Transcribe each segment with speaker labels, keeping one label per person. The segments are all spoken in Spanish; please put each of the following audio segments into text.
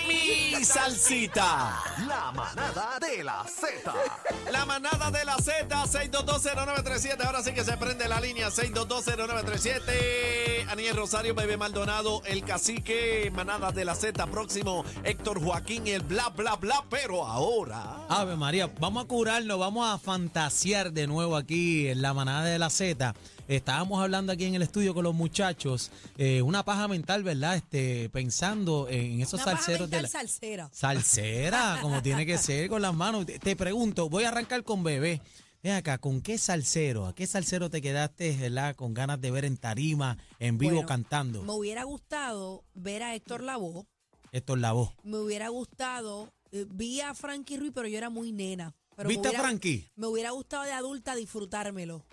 Speaker 1: y salsita.
Speaker 2: La manada de la Z.
Speaker 1: La manada de la Z, 6220937. Ahora sí que se prende la línea 6220937. Aniel Rosario, Bebé Maldonado, el cacique, manada de la Z. Próximo, Héctor Joaquín, el bla, bla, bla. Pero ahora.
Speaker 3: Ave María, vamos a curarnos, vamos a fantasear de nuevo aquí en la manada de la Z. Estábamos hablando aquí en el estudio con los muchachos, eh, una paja mental, ¿verdad? Este, pensando en esos
Speaker 4: Una paja
Speaker 3: salseros de
Speaker 4: mental
Speaker 3: la
Speaker 4: salsera.
Speaker 3: salsera, como tiene que ser con las manos. Te- Te pregunto, voy a arrancar con bebé. Ven acá, ¿con qué salsero? ¿A qué salsero te quedaste, verdad? Con ganas de ver en tarima, en vivo
Speaker 4: Bueno,
Speaker 3: cantando.
Speaker 4: Me hubiera gustado ver a Héctor Lavoe,
Speaker 3: Esto es la voz.
Speaker 4: me hubiera gustado, eh, vi a Frankie Ruiz, pero yo era muy nena. Pero me
Speaker 3: ¿Viste a
Speaker 4: hubiera-
Speaker 3: Frankie?
Speaker 4: Me hubiera gustado de adulta disfrutármelo.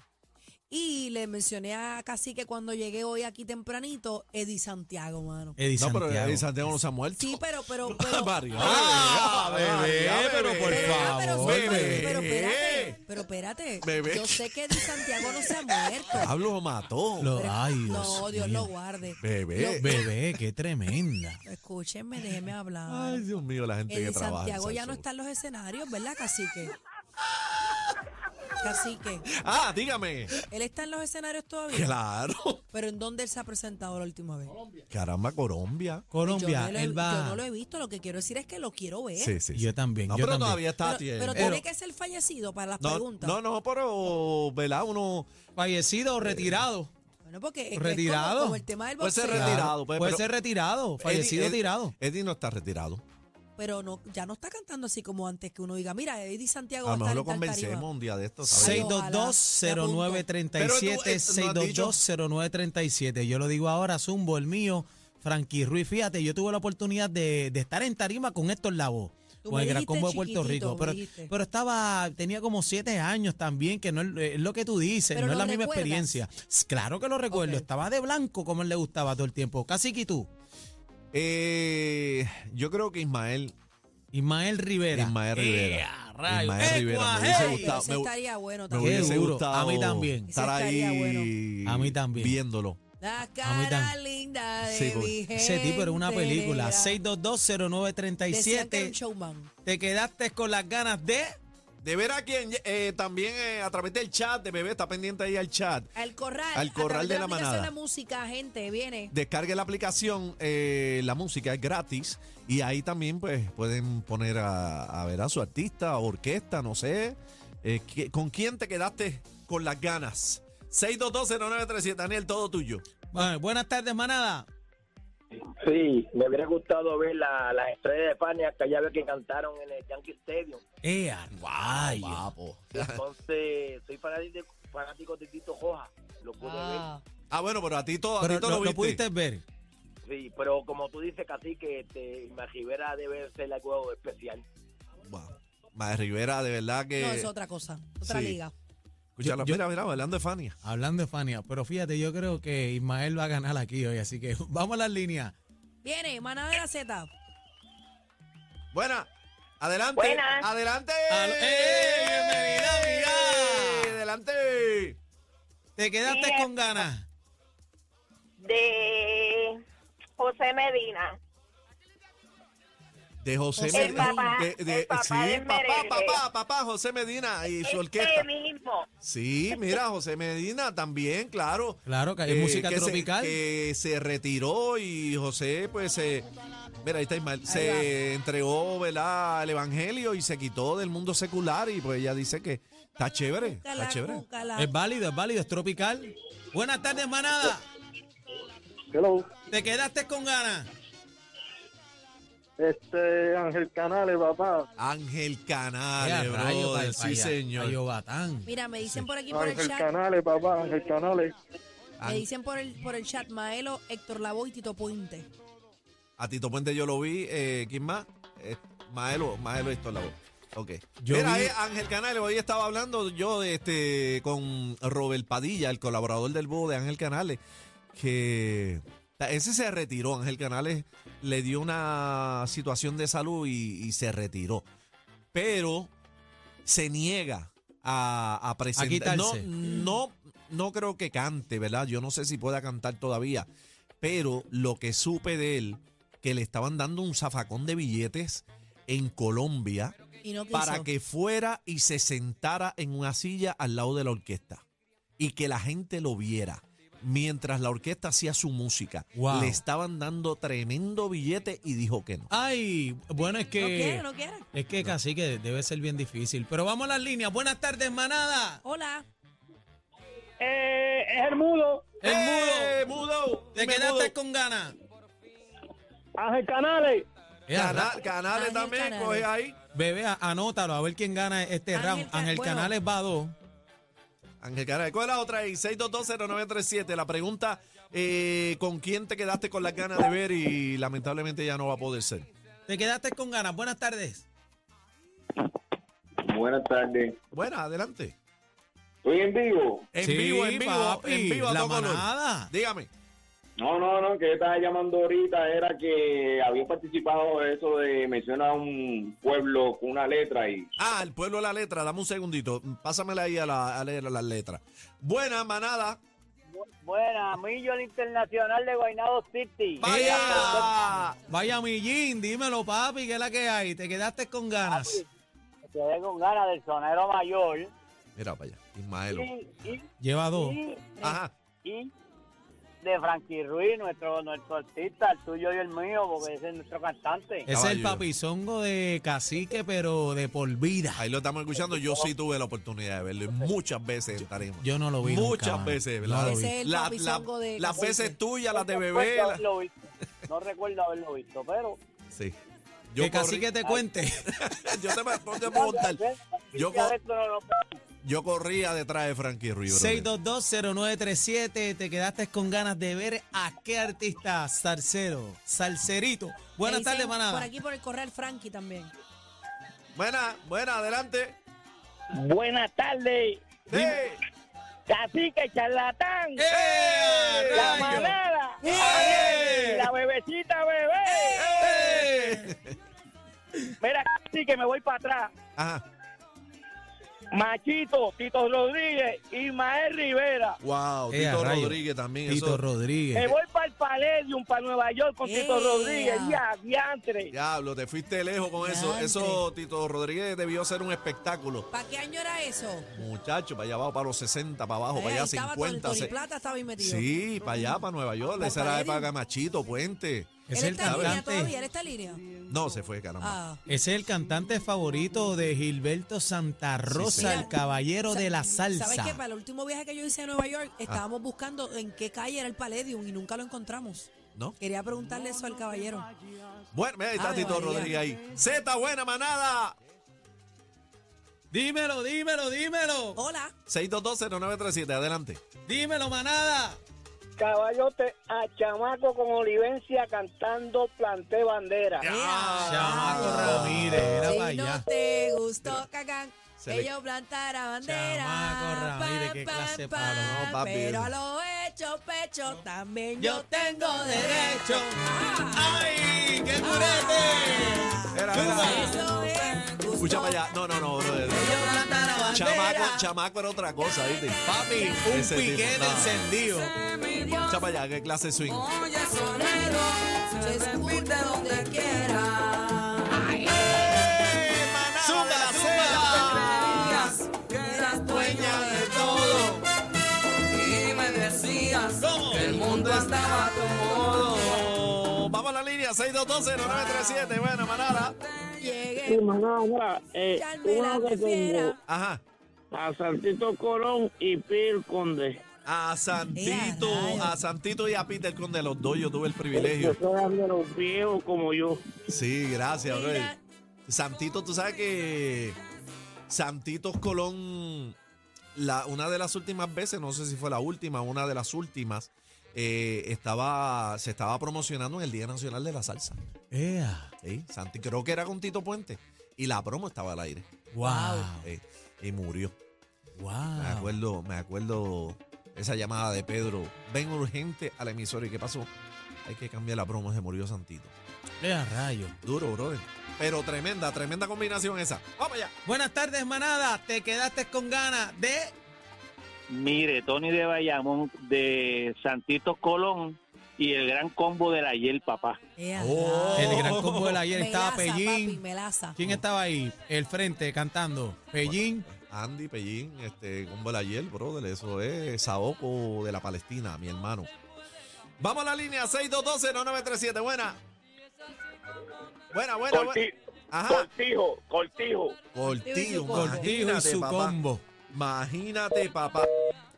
Speaker 4: Y le mencioné a Cacique cuando llegué hoy aquí tempranito, Eddie Santiago, mano.
Speaker 3: Eddie Santiago.
Speaker 1: Santiago no se ha muerto.
Speaker 4: Sí, pero, pero, pero.
Speaker 1: Mario,
Speaker 3: Ah, bebé, pero por
Speaker 4: Pero, pero,
Speaker 3: favor,
Speaker 4: pero,
Speaker 1: bebé.
Speaker 4: pero espérate, pero espérate.
Speaker 1: Bebé.
Speaker 4: Yo sé que Eddie Santiago no se ha muerto.
Speaker 1: Pablo lo mató.
Speaker 3: Lo-
Speaker 4: Pero-
Speaker 3: ay, Dios
Speaker 4: no, Dios
Speaker 3: mío.
Speaker 4: lo guarde.
Speaker 1: Bebé.
Speaker 3: Bebé, qué tremenda.
Speaker 4: Escúchenme, déjenme hablar.
Speaker 1: Ay, Dios mío, la gente
Speaker 4: El
Speaker 1: que
Speaker 4: de
Speaker 1: trabaja. en
Speaker 4: Santiago ya no
Speaker 1: Salsón.
Speaker 4: está en los escenarios, ¿verdad, cacique? Cacique,
Speaker 1: Ah, dígame.
Speaker 4: él está en los escenarios todavía.
Speaker 1: Claro.
Speaker 4: Pero ¿en dónde él se ha presentado la última vez? Pues
Speaker 1: Caramba, Colombia.
Speaker 3: Colombia,
Speaker 4: yo no, lo he,
Speaker 3: él va.
Speaker 4: yo no lo he visto, lo que quiero decir es que lo quiero ver.
Speaker 1: Sí, sí.
Speaker 3: Yo
Speaker 1: sí.
Speaker 3: también,
Speaker 1: No,
Speaker 3: yo
Speaker 1: pero
Speaker 3: también.
Speaker 1: todavía está a
Speaker 4: ¿Eh? Pero,
Speaker 1: tiempo.
Speaker 4: pero
Speaker 3: Pero-
Speaker 4: tiene que ser fallecido para las
Speaker 1: no,
Speaker 4: preguntas.
Speaker 1: no, no, pero, ¿verdad? Uno
Speaker 3: Fallecido o retirado.
Speaker 4: Bueno, porque es que es
Speaker 3: Retirado.
Speaker 4: como, como el tema del
Speaker 1: Puede ser
Speaker 4: boxeo,
Speaker 1: Claro. retirado, pues,
Speaker 3: puede
Speaker 1: pero-
Speaker 3: ser retirado, fallecido
Speaker 1: Eddie- Ed-
Speaker 3: tirado.
Speaker 1: Eddie no está retirado.
Speaker 4: pero no, ya no está cantando así como antes que uno diga, mira, Eddie Santiago
Speaker 1: A
Speaker 4: va
Speaker 1: lo mejor
Speaker 4: estar
Speaker 1: lo
Speaker 4: en tal tarima.
Speaker 1: convencemos un día de estos. ¿sabes?
Speaker 4: Seis-
Speaker 3: 6220937,
Speaker 1: Pero tú, eh, no has
Speaker 3: 6220937. Yo lo digo ahora, Zumbo, el mío, Frankie Ruiz. Fíjate, yo tuve la oportunidad de, de estar en tarima con Héctor Lavoe,
Speaker 4: Tú
Speaker 3: con
Speaker 4: me
Speaker 3: el Gran
Speaker 4: dijiste
Speaker 3: Combo de Puerto
Speaker 4: chiquitito,
Speaker 3: Rico.
Speaker 4: me
Speaker 3: Pero,
Speaker 4: dijiste.
Speaker 3: pero estaba, tenía como siete años también, que no es es lo que tú dices,
Speaker 4: Pero
Speaker 3: no es
Speaker 4: ¿lo
Speaker 3: la misma
Speaker 4: recuerdas?
Speaker 3: experiencia. S- Claro que lo recuerdo,
Speaker 4: Ok.
Speaker 3: estaba de blanco como él le gustaba todo el tiempo. Casi que tú,
Speaker 1: Eh, yo creo que Ismael,
Speaker 3: Ismael Rivera.
Speaker 1: Ismael Rivera.
Speaker 3: ¡Eh, a rayos!
Speaker 1: Ismael
Speaker 3: ¡Eh,
Speaker 1: Rivera, me
Speaker 3: cuajé!
Speaker 1: hubiese
Speaker 4: Ay, pero
Speaker 1: gustado.
Speaker 4: ese
Speaker 1: Me-
Speaker 4: estaría bueno
Speaker 1: me
Speaker 4: también.
Speaker 1: hubiese
Speaker 3: duro,
Speaker 1: gustado
Speaker 3: a mí
Speaker 1: estar
Speaker 3: también.
Speaker 4: Ese estaría
Speaker 1: ahí
Speaker 3: bueno. A mí también.
Speaker 1: viéndolo.
Speaker 4: La
Speaker 3: A mí
Speaker 4: cara
Speaker 3: también.
Speaker 4: linda de
Speaker 1: Sí,
Speaker 4: mi gente.
Speaker 3: Ese tipo era una película.
Speaker 4: Decían que era un
Speaker 3: 6220937.
Speaker 4: showman.
Speaker 3: Te quedaste con las ganas de.
Speaker 1: De ver a quien eh, también eh, a través del chat de bebé está pendiente ahí al chat.
Speaker 4: Al corral.
Speaker 1: Al
Speaker 4: a
Speaker 1: corral
Speaker 4: través
Speaker 1: de la
Speaker 4: aplicación
Speaker 1: manada.
Speaker 4: La música, gente, viene.
Speaker 1: Descargue la aplicación, eh, la música es gratis y ahí también pues pueden poner a, a ver a su artista, orquesta, no sé. Eh, ¿qué- ¿Con quién te quedaste con las ganas? 6220937, Daniel, todo tuyo.
Speaker 3: Bueno, buenas tardes, manada.
Speaker 5: Sí, me hubiera gustado ver la- las estrellas de España que allá ve que cantaron en el Yankee Stadium.
Speaker 3: Eh, a rayos.
Speaker 5: Entonces, soy fanático, fanático de Tito Joja. Lo pude
Speaker 4: Ah,
Speaker 1: Ah, bueno, pero a ti todo, a
Speaker 3: Pero
Speaker 1: ti todo
Speaker 3: lo,
Speaker 1: lo,
Speaker 3: lo
Speaker 1: viste.
Speaker 3: pudiste ver.
Speaker 5: ver. Sí, pero como tú dices, casi que te, Ismael Rivera debe ser algo especial.
Speaker 1: Wow. Madre Rivera, de verdad que.
Speaker 4: no, es otra cosa. Otra
Speaker 1: Eh, sí.
Speaker 4: liga.
Speaker 1: Escúchala,
Speaker 3: Yo- yo-
Speaker 1: mira, mira, bailando de Fania.
Speaker 3: Hablando de Fania, pero fíjate, yo creo que Ismael va a ganar aquí hoy, así que vamos a las líneas.
Speaker 4: Viene, manada de la
Speaker 1: Ah,
Speaker 4: Z.
Speaker 1: Buena. Adelante.
Speaker 6: Buenas.
Speaker 1: Adelante.
Speaker 3: Al- ¡Eh, bienvenida, amiga!
Speaker 1: Adelante.
Speaker 3: Te quedaste
Speaker 6: Sí,
Speaker 3: con ganas.
Speaker 6: de José Medina.
Speaker 1: De José
Speaker 4: José
Speaker 6: El
Speaker 1: Medina.
Speaker 6: papá,
Speaker 1: De- de-
Speaker 6: el papá
Speaker 1: sí,
Speaker 6: del
Speaker 1: papá,
Speaker 6: merengue.
Speaker 1: papá, papá, José Medina y su orquesta.
Speaker 6: Ese Este mismo.
Speaker 1: Sí, mira, José Medina también, claro. Eh,
Speaker 3: Claro, que hay música
Speaker 1: se-
Speaker 3: tropical.
Speaker 1: que se retiró y José, pues, se, mira, ahí está Ismael, se entregó, ¿verdad?, al evangelio y se quitó del mundo secular y pues ella dice que está chévere, está
Speaker 4: Cúcala,
Speaker 1: chévere.
Speaker 4: cúcala.
Speaker 3: Es válido, es válido, es tropical. Buenas tardes, manada.
Speaker 7: Hello.
Speaker 3: Te quedaste con ganas.
Speaker 7: Este, Ángel Canales, papá.
Speaker 1: Ángel
Speaker 3: Eh, a
Speaker 1: Canales,
Speaker 3: rayos,
Speaker 1: brother,
Speaker 3: pa-
Speaker 1: sí
Speaker 3: pa- pa-
Speaker 1: señor.
Speaker 3: Yobatán.
Speaker 4: Mira, me dicen por aquí por el
Speaker 7: Ángel
Speaker 4: chat.
Speaker 7: Canales, papá. Ángel Canales.
Speaker 4: Me
Speaker 1: Ángel-
Speaker 4: dicen por el, por el chat Maelo, Héctor Lavoe y Tito Puente.
Speaker 1: A Tito Puente yo lo vi, eh, ¿quién más? Eh, Maelo, Maelo esto la voz. Ok.
Speaker 3: Yo
Speaker 1: Mira,
Speaker 3: vi-
Speaker 1: eh, Ángel Canales, hoy estaba hablando yo de este con Robert Padilla, el colaborador del búho de Ángel Canales, que ese se retiró, Ángel Canales le dio una situación de salud y, y se retiró. Pero se niega a, a presentar. No,
Speaker 3: quitarse.
Speaker 1: no, no creo que cante, ¿verdad? Yo no sé si pueda cantar todavía. Pero lo que supe de él que le estaban dando un zafacón de billetes en Colombia
Speaker 4: Y no quiso.
Speaker 1: para que fuera y se sentara en una silla al lado de la orquesta y que la gente lo viera. Mientras la orquesta hacía su música,
Speaker 3: Wow.
Speaker 1: le estaban dando tremendo billete y dijo que no.
Speaker 3: Ay, bueno, es que.
Speaker 4: No quiere, no quiere.
Speaker 3: Es que casi que debe ser bien difícil. Pero vamos a las líneas. Buenas tardes, manada.
Speaker 4: Hola.
Speaker 8: Eh,
Speaker 7: es el mudo,
Speaker 3: El
Speaker 1: ¡Eh,
Speaker 3: mudo.
Speaker 1: mudo!
Speaker 3: Te
Speaker 1: Dime,
Speaker 3: quedaste
Speaker 1: mudo.
Speaker 3: con ganas.
Speaker 7: Ángel Canales.
Speaker 3: Eh,
Speaker 1: Cana- canales
Speaker 4: Ángel
Speaker 1: también,
Speaker 4: Canales.
Speaker 1: coge ahí.
Speaker 3: Bebé, a- anótalo a ver quién gana este
Speaker 4: Ángel
Speaker 3: round.
Speaker 4: Can-
Speaker 3: Ángel
Speaker 4: bueno.
Speaker 3: Canales va a dos.
Speaker 1: Ángel Canales, ¿cuál es la otra ahí? 6220937. La pregunta, eh, ¿con quién te quedaste con las ganas de ver? Y lamentablemente ya no va a poder ser.
Speaker 3: Te quedaste con ganas. Buenas tardes.
Speaker 5: Buenas tardes.
Speaker 1: Bueno, adelante.
Speaker 5: ¿Estoy en vivo?
Speaker 1: En
Speaker 3: Sí,
Speaker 1: vivo, en vivo,
Speaker 3: papi,
Speaker 1: en vivo a
Speaker 3: la
Speaker 1: todo color.
Speaker 3: manada.
Speaker 1: Dígame.
Speaker 5: No, no, no, que yo estaba llamando ahorita era que había participado eso de menciona un pueblo con una letra y
Speaker 1: Ah, el pueblo de la letra, dame un segundito. Pásamela ahí a la, a leer las letras. Buena, manada.
Speaker 8: Buena, Millo el Internacional de Guaynabo City.
Speaker 1: ¡Vaya!
Speaker 3: Vaya, Millín, dímelo, papi, ¿qué es la que hay? Te quedaste con ganas.
Speaker 8: Me quedé con ganas del sonero mayor.
Speaker 1: Mira, vaya, Ismael.
Speaker 8: Y, y,
Speaker 3: Lleva dos.
Speaker 8: y,
Speaker 1: Ajá.
Speaker 8: y de Frankie Ruiz, nuestro, nuestro artista, el tuyo y el mío, porque ese es nuestro cantante.
Speaker 3: Ese es el
Speaker 1: Caballero.
Speaker 3: papizongo de cacique, pero de por vida.
Speaker 1: Ahí lo estamos escuchando. Yo sí tuve la oportunidad de verlo y muchas veces en tarima.
Speaker 3: Yo no lo vi.
Speaker 1: Muchas
Speaker 3: nunca, mano.
Speaker 1: veces,
Speaker 3: No
Speaker 1: ¿verdad?
Speaker 3: lo vi.
Speaker 4: Ese es el
Speaker 1: La-
Speaker 4: papizongo
Speaker 1: la-
Speaker 4: de
Speaker 1: las
Speaker 4: Cacique.
Speaker 1: veces tuyas, las de
Speaker 8: No
Speaker 1: bebé.
Speaker 8: recuerdo
Speaker 1: la-
Speaker 8: haberlo visto, No recuerdo haberlo visto, pero...
Speaker 1: Sí. Yo corrí-
Speaker 3: Que cacique te cuente.
Speaker 1: yo te me- yo te puedo contar. Yo co-
Speaker 8: Ya de esto no lo-
Speaker 1: Yo corría detrás de Frankie Ruiz. brother.
Speaker 3: 6220937, te quedaste con ganas de ver a qué artista salsero, salserito. Buenas
Speaker 4: Le
Speaker 3: tardes,
Speaker 4: dicen Por
Speaker 3: manada.
Speaker 4: aquí por el corral Frankie también.
Speaker 1: Buena, buena, adelante.
Speaker 8: Buenas tardes,
Speaker 1: ¡Eh!
Speaker 8: cacique charlatán.
Speaker 3: ¡Eh,
Speaker 8: La
Speaker 3: rayo!
Speaker 8: manada.
Speaker 1: ¡Eh!
Speaker 8: La bebecita bebé.
Speaker 1: ¡Eh!
Speaker 8: Mira, sí que me voy para atrás.
Speaker 1: Ajá.
Speaker 8: Machito, Tito Rodríguez, Ismael Rivera.
Speaker 1: Wow,
Speaker 3: Eh,
Speaker 1: Tito
Speaker 3: a rayo.
Speaker 1: Rodríguez también.
Speaker 3: Tito
Speaker 1: eso-
Speaker 4: Eh,
Speaker 8: Me
Speaker 3: Rodríguez.
Speaker 8: voy para el Palladium, para Nueva York con Tito
Speaker 4: Yeah.
Speaker 8: Rodríguez. Ya, diantre.
Speaker 1: Diablo, te fuiste lejos con eso.
Speaker 4: Diantre.
Speaker 1: Eso, Tito Rodríguez debió ser un espectáculo.
Speaker 4: ¿Para qué año era eso?
Speaker 1: Muchacho, para allá abajo, para los 60, para abajo,
Speaker 4: Eh,
Speaker 1: para allá
Speaker 4: ahí estaba todo el
Speaker 1: 50.
Speaker 4: Tony
Speaker 1: se-
Speaker 4: Plata estaba ahí metido.
Speaker 1: Sí, para allá, para Nueva York.
Speaker 4: Para
Speaker 1: Esa era de
Speaker 4: Palladium.
Speaker 1: para Machito, Puente.
Speaker 3: Es
Speaker 4: Él
Speaker 3: el
Speaker 4: está en línea todavía,
Speaker 3: cantante.
Speaker 4: él está en línea.
Speaker 1: No, se fue, caramba.
Speaker 4: Ah.
Speaker 3: Ese es el cantante favorito de Gilberto Santa Rosa,
Speaker 4: señor.
Speaker 3: el caballero de la
Speaker 4: ¿Sabes qué? Para
Speaker 3: salsa. Ah.
Speaker 4: el último viaje que yo hice a Nueva York, estábamos buscando en qué calle era el Palladium y nunca lo encontramos.
Speaker 1: ¿No?
Speaker 4: Quería preguntarle eso al caballero.
Speaker 1: Bueno, mira, ahí está
Speaker 4: Ave
Speaker 1: Tito
Speaker 4: Ah, María.
Speaker 1: Rodríguez ahí. Z, buena manada.
Speaker 3: Dímelo, dímelo, dímelo.
Speaker 4: Hola.
Speaker 1: 6220937, adelante.
Speaker 3: Dímelo, manada.
Speaker 8: Caballote a chamaco con Olivencia cantando Planté Bandera.
Speaker 4: Ea.
Speaker 3: Ah, Chamaco Ramírez, era para
Speaker 4: si no
Speaker 3: allá.
Speaker 4: te gustó, cagán.
Speaker 1: Se le-
Speaker 4: Ellos plantaran bandera.
Speaker 3: Chamaco Ramírez, qué clase de palo.
Speaker 1: No, papi,
Speaker 4: Pero
Speaker 1: eso.
Speaker 4: a lo hecho, pecho, también yo,
Speaker 3: Yo tengo derecho.
Speaker 4: Ah.
Speaker 3: ¡Ay, qué purete!
Speaker 1: Era, era.
Speaker 4: Eso es gusto.
Speaker 1: Escucha para allá. No, no, no, brother.
Speaker 3: Yo plantar la bandera.
Speaker 1: Chamaco, chamaco era otra cosa, ¿viste?
Speaker 3: Papi, un
Speaker 1: Ese tipo,
Speaker 3: piquete
Speaker 1: no.
Speaker 3: encendido.
Speaker 1: Escucha para allá, qué clase de swing.
Speaker 4: Oye, sonero, se escucha donde quiera.
Speaker 3: ¡Zumba, zumba! Dueña de todo.
Speaker 9: Y me decías
Speaker 3: ¿Cómo?
Speaker 9: que el mundo estaba a tu modo.
Speaker 1: Oh, Vamos a la línea 6220937. Buena manada.
Speaker 4: Llegué.
Speaker 7: Sí, manada, mira, eh,
Speaker 4: Ya me la
Speaker 7: uno que tengo.
Speaker 4: prefiera.
Speaker 1: Ajá.
Speaker 7: A Santito Colón y Pil Conde.
Speaker 1: A Santito,
Speaker 4: Eh, a rayos.
Speaker 1: a Santito y a Peter con de los dos yo tuve el privilegio.
Speaker 7: Yo soy de los viejos como yo.
Speaker 1: Sí, gracias, bro.
Speaker 4: Mira.
Speaker 1: Santito, tú sabes que Santitos Colón, la, una de las últimas veces, no sé si fue la última, una de las últimas, eh, estaba, se estaba promocionando en el Día Nacional de la Salsa.
Speaker 3: ¡Ea!
Speaker 1: ¿sí? Santi, creo que era con Tito Puente. Y la promo estaba al aire.
Speaker 3: ¡Wow!
Speaker 1: ¿sí? y murió. Me
Speaker 3: ¡Wow!
Speaker 1: acuerdo, me acuerdo esa llamada de Pedro. Ven urgente a la emisora. ¿Y qué pasó? Hay que cambiar la promo, se murió Santito.
Speaker 3: ¡Ea, rayo!
Speaker 1: Duro, brother. Pero tremenda, tremenda combinación esa. ¡Vamos allá!
Speaker 3: Buenas tardes, manada. Te quedaste con ganas de.
Speaker 8: Mire, Tony de Bayamón, de Santitos Colón
Speaker 7: y el gran combo del ayer, papá.
Speaker 4: Ea,
Speaker 1: Oh.
Speaker 4: rayos.
Speaker 3: El gran combo del ayer estaba
Speaker 4: eh, Melaza, papi,
Speaker 3: Pellín.
Speaker 4: melaza.
Speaker 3: ¿Quién estaba ahí? El frente cantando. Pellín.
Speaker 1: Andy Pellín, este, Combo Ayer, brother, eso es Saoco de la Palestina, mi hermano. Vamos a la línea 6220937, buena. Buena, buena, buena.
Speaker 4: Ah.
Speaker 1: Ajá.
Speaker 7: Cortijo, cortijo.
Speaker 1: Cortijo,
Speaker 3: Cortijo y
Speaker 1: imagínate,
Speaker 3: su
Speaker 1: papá.
Speaker 3: combo.
Speaker 1: Imagínate, papá.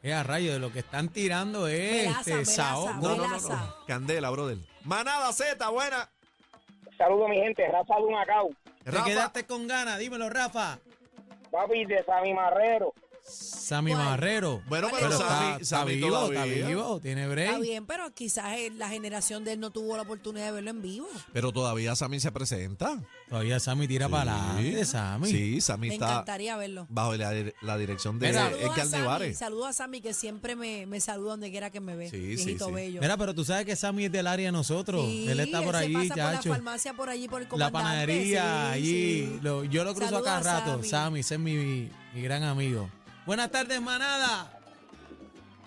Speaker 3: Es a rayo de lo que están tirando es
Speaker 4: Melaza,
Speaker 3: este,
Speaker 4: melaza,
Speaker 3: Saoco.
Speaker 1: No, no, no,
Speaker 4: Abuelaza.
Speaker 1: no. Candela, brother. Manada Z, buena.
Speaker 8: Saludos, mi gente. Rafa Dumacau.
Speaker 3: Te
Speaker 1: Rafa.
Speaker 3: quedaste con ganas, dímelo, Rafa.
Speaker 8: Papi de Sammy Marrero.
Speaker 3: Sammy
Speaker 4: ¿Cuál?
Speaker 3: Marrero.
Speaker 1: Bueno,
Speaker 4: ¿Cuál
Speaker 1: pero,
Speaker 4: es?
Speaker 3: Pero
Speaker 1: Sammy,
Speaker 3: está, está
Speaker 1: Sammy
Speaker 3: vivo, está
Speaker 1: todavía.
Speaker 3: vivo, tiene
Speaker 4: Está
Speaker 3: break.
Speaker 4: bien, pero quizás eh, la generación de él no tuvo la oportunidad de verlo en vivo.
Speaker 1: Pero todavía Sammy se presenta.
Speaker 3: Todavía Sammy tira para adelante, Sammy.
Speaker 1: Sí, Sammy
Speaker 4: Me
Speaker 1: está
Speaker 4: encantaría verlo.
Speaker 1: bajo la, la dirección de
Speaker 3: Mira,
Speaker 4: Saludos a
Speaker 1: Edgar
Speaker 4: Sammy,
Speaker 1: Nevares.
Speaker 4: saludo a Sammy que siempre me, me saluda donde quiera que me ve.
Speaker 1: Sí, sí,
Speaker 4: viejito
Speaker 1: sí.
Speaker 4: bello.
Speaker 3: Mira, pero tú sabes que Sammy es del área de nosotros.
Speaker 4: Sí,
Speaker 3: él está por
Speaker 4: se
Speaker 3: allí,
Speaker 4: pasa por la
Speaker 3: chacho.
Speaker 4: farmacia por allí por el
Speaker 3: la
Speaker 4: comandante.
Speaker 3: panadería,
Speaker 4: sí,
Speaker 3: allí.
Speaker 4: sí.
Speaker 3: Lo- yo lo cruzo a cada
Speaker 4: Saluda a
Speaker 3: rato. Sammy,
Speaker 4: Sammy.
Speaker 3: ese es mi, mi gran amigo. Buenas tardes, manada.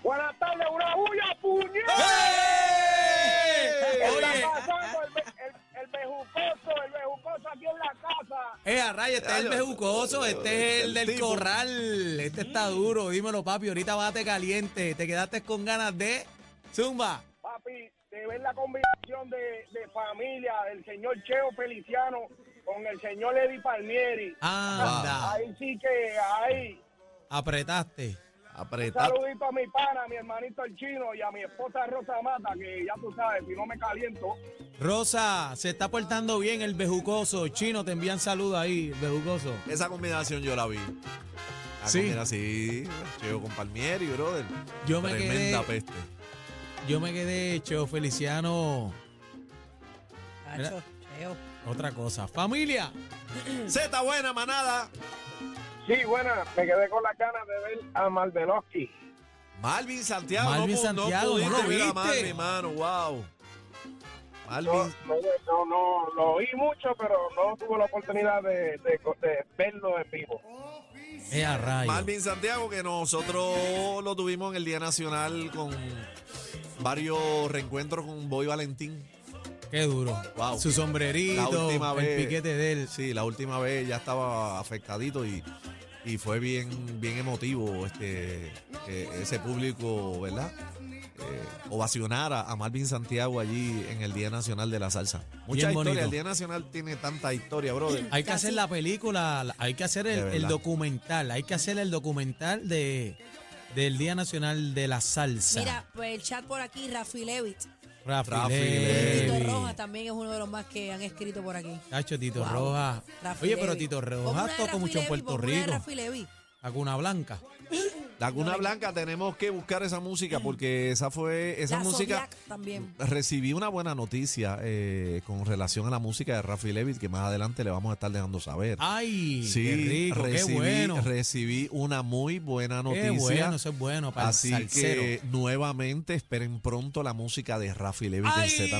Speaker 8: Buenas tardes, una bulla, puñal.
Speaker 3: ¡Eh! Oye,
Speaker 8: pasando el, el, el bejucoso, el bejucoso aquí en la casa?
Speaker 3: eh, a raya, este es el bejucoso, este es el del
Speaker 1: tipo.
Speaker 3: corral. Este está
Speaker 4: Mm.
Speaker 3: duro, dímelo, papi. Ahorita bate caliente. Te quedaste con ganas de Zumba.
Speaker 8: Papi, de ver la combinación de, de familia del señor Cheo Feliciano con el señor Eddie Palmieri.
Speaker 4: Ah.
Speaker 3: Anda,
Speaker 8: Ahí sí que, ahí.
Speaker 3: apretaste.
Speaker 8: Un
Speaker 1: Apretado.
Speaker 8: saludito a mi pana, a mi hermanito el chino y a mi esposa Rosa Mata, que ya tú sabes, si no me caliento.
Speaker 3: Rosa, se está portando bien el bejucoso. Chino, te envían saludos ahí, bejucoso.
Speaker 1: Esa combinación yo la vi. La
Speaker 3: Sí.
Speaker 1: combinación así, Cheo con Palmieri, brother.
Speaker 3: Yo me
Speaker 1: Tremenda
Speaker 3: quedé-
Speaker 1: peste.
Speaker 3: Yo me quedé hecho, Feliciano.
Speaker 4: Cacho, cheo.
Speaker 3: Otra cosa. Familia.
Speaker 1: Z buena, manada.
Speaker 8: Sí, buena, me quedé con las ganas de ver a Malbenoski.
Speaker 1: Malvin Santiago.
Speaker 3: Malvin
Speaker 1: no, pu-
Speaker 3: Santiago,
Speaker 1: no,
Speaker 3: ¿no
Speaker 1: pudiste
Speaker 3: lo
Speaker 1: ver a
Speaker 3: viste?
Speaker 1: Malvin, mano, wow.
Speaker 8: No,
Speaker 1: Malvin,
Speaker 8: no, no, no, lo oí mucho, pero no tuve la oportunidad de, de- de verlo en vivo.
Speaker 3: Eh, a rayo.
Speaker 1: Malvin Santiago, que nosotros lo tuvimos en el Día Nacional con varios reencuentros con Boy Valentín.
Speaker 3: Qué duro.
Speaker 1: Wow.
Speaker 3: Su
Speaker 1: La
Speaker 3: sombrerito,
Speaker 1: última
Speaker 3: el
Speaker 1: vez.
Speaker 3: piquete de él.
Speaker 1: Sí, la última vez ya estaba afectadito y, y fue bien, bien emotivo este, que ese público, ¿verdad? Eh, ovacionara a Marvin Santiago allí en el Día Nacional de la Salsa. Mucha
Speaker 3: Bien
Speaker 1: historia,
Speaker 3: bonito.
Speaker 1: el Día Nacional tiene tanta historia, brother.
Speaker 3: Hay que
Speaker 4: Casi.
Speaker 3: hacer la película, la- hay que hacer el,
Speaker 1: De verdad.
Speaker 3: el documental, hay que hacer el documental de del Día Nacional de la Salsa.
Speaker 4: Mira, pues el chat por aquí, Rafi Levitt.
Speaker 3: Rafi,
Speaker 1: Rafi
Speaker 3: Levi.
Speaker 4: Tito Rojas también es uno de los más que han escrito por aquí.
Speaker 3: Cacho, Tito
Speaker 4: Wow.
Speaker 3: Rojas.
Speaker 4: Rafi
Speaker 3: Oye, pero
Speaker 4: Levi.
Speaker 3: Tito
Speaker 4: Ponme una
Speaker 3: Rojas
Speaker 4: de
Speaker 3: toca
Speaker 4: Rafi
Speaker 3: mucho en
Speaker 4: Levi,
Speaker 3: Puerto
Speaker 4: ponme una de
Speaker 3: Rico.
Speaker 4: Rafi Levi.
Speaker 3: Laguna Blanca.
Speaker 1: Laguna Blanca, tenemos que buscar esa música porque esa fue, esa
Speaker 4: La
Speaker 1: música...
Speaker 4: Zodiac también.
Speaker 1: Recibí una buena noticia eh, con relación a la música de Rafi Levitt que más adelante le vamos a estar dejando saber.
Speaker 3: Ay, qué rico, qué bueno.
Speaker 1: recibí una muy buena noticia.
Speaker 3: Qué bueno, eso es bueno para
Speaker 1: Así
Speaker 3: el salsero.
Speaker 1: que nuevamente esperen pronto la música de Rafi Levitt
Speaker 3: Ay,
Speaker 1: en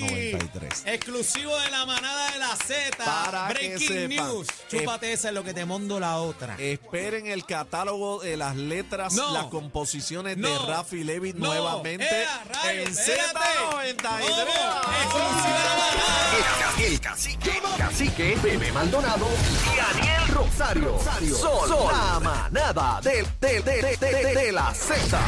Speaker 1: Z93.
Speaker 3: Exclusivo de la manada de la Z.
Speaker 1: Para que
Speaker 3: Breaking
Speaker 1: sepan.
Speaker 3: news. Chúpate esa es lo que te mando la otra.
Speaker 1: Esperen el catálogo de las letras,
Speaker 3: No.
Speaker 1: las composiciones de
Speaker 3: No.
Speaker 1: Rafi Levitt
Speaker 3: No.
Speaker 1: nuevamente
Speaker 3: Ea, rayos,
Speaker 1: en
Speaker 3: espérate.
Speaker 1: Z93.
Speaker 2: El, el cacique, cacique, bebé Maldonado y Daniel Rosario. Rosario. Son, son la manada de, de, de, de, de, de la Z.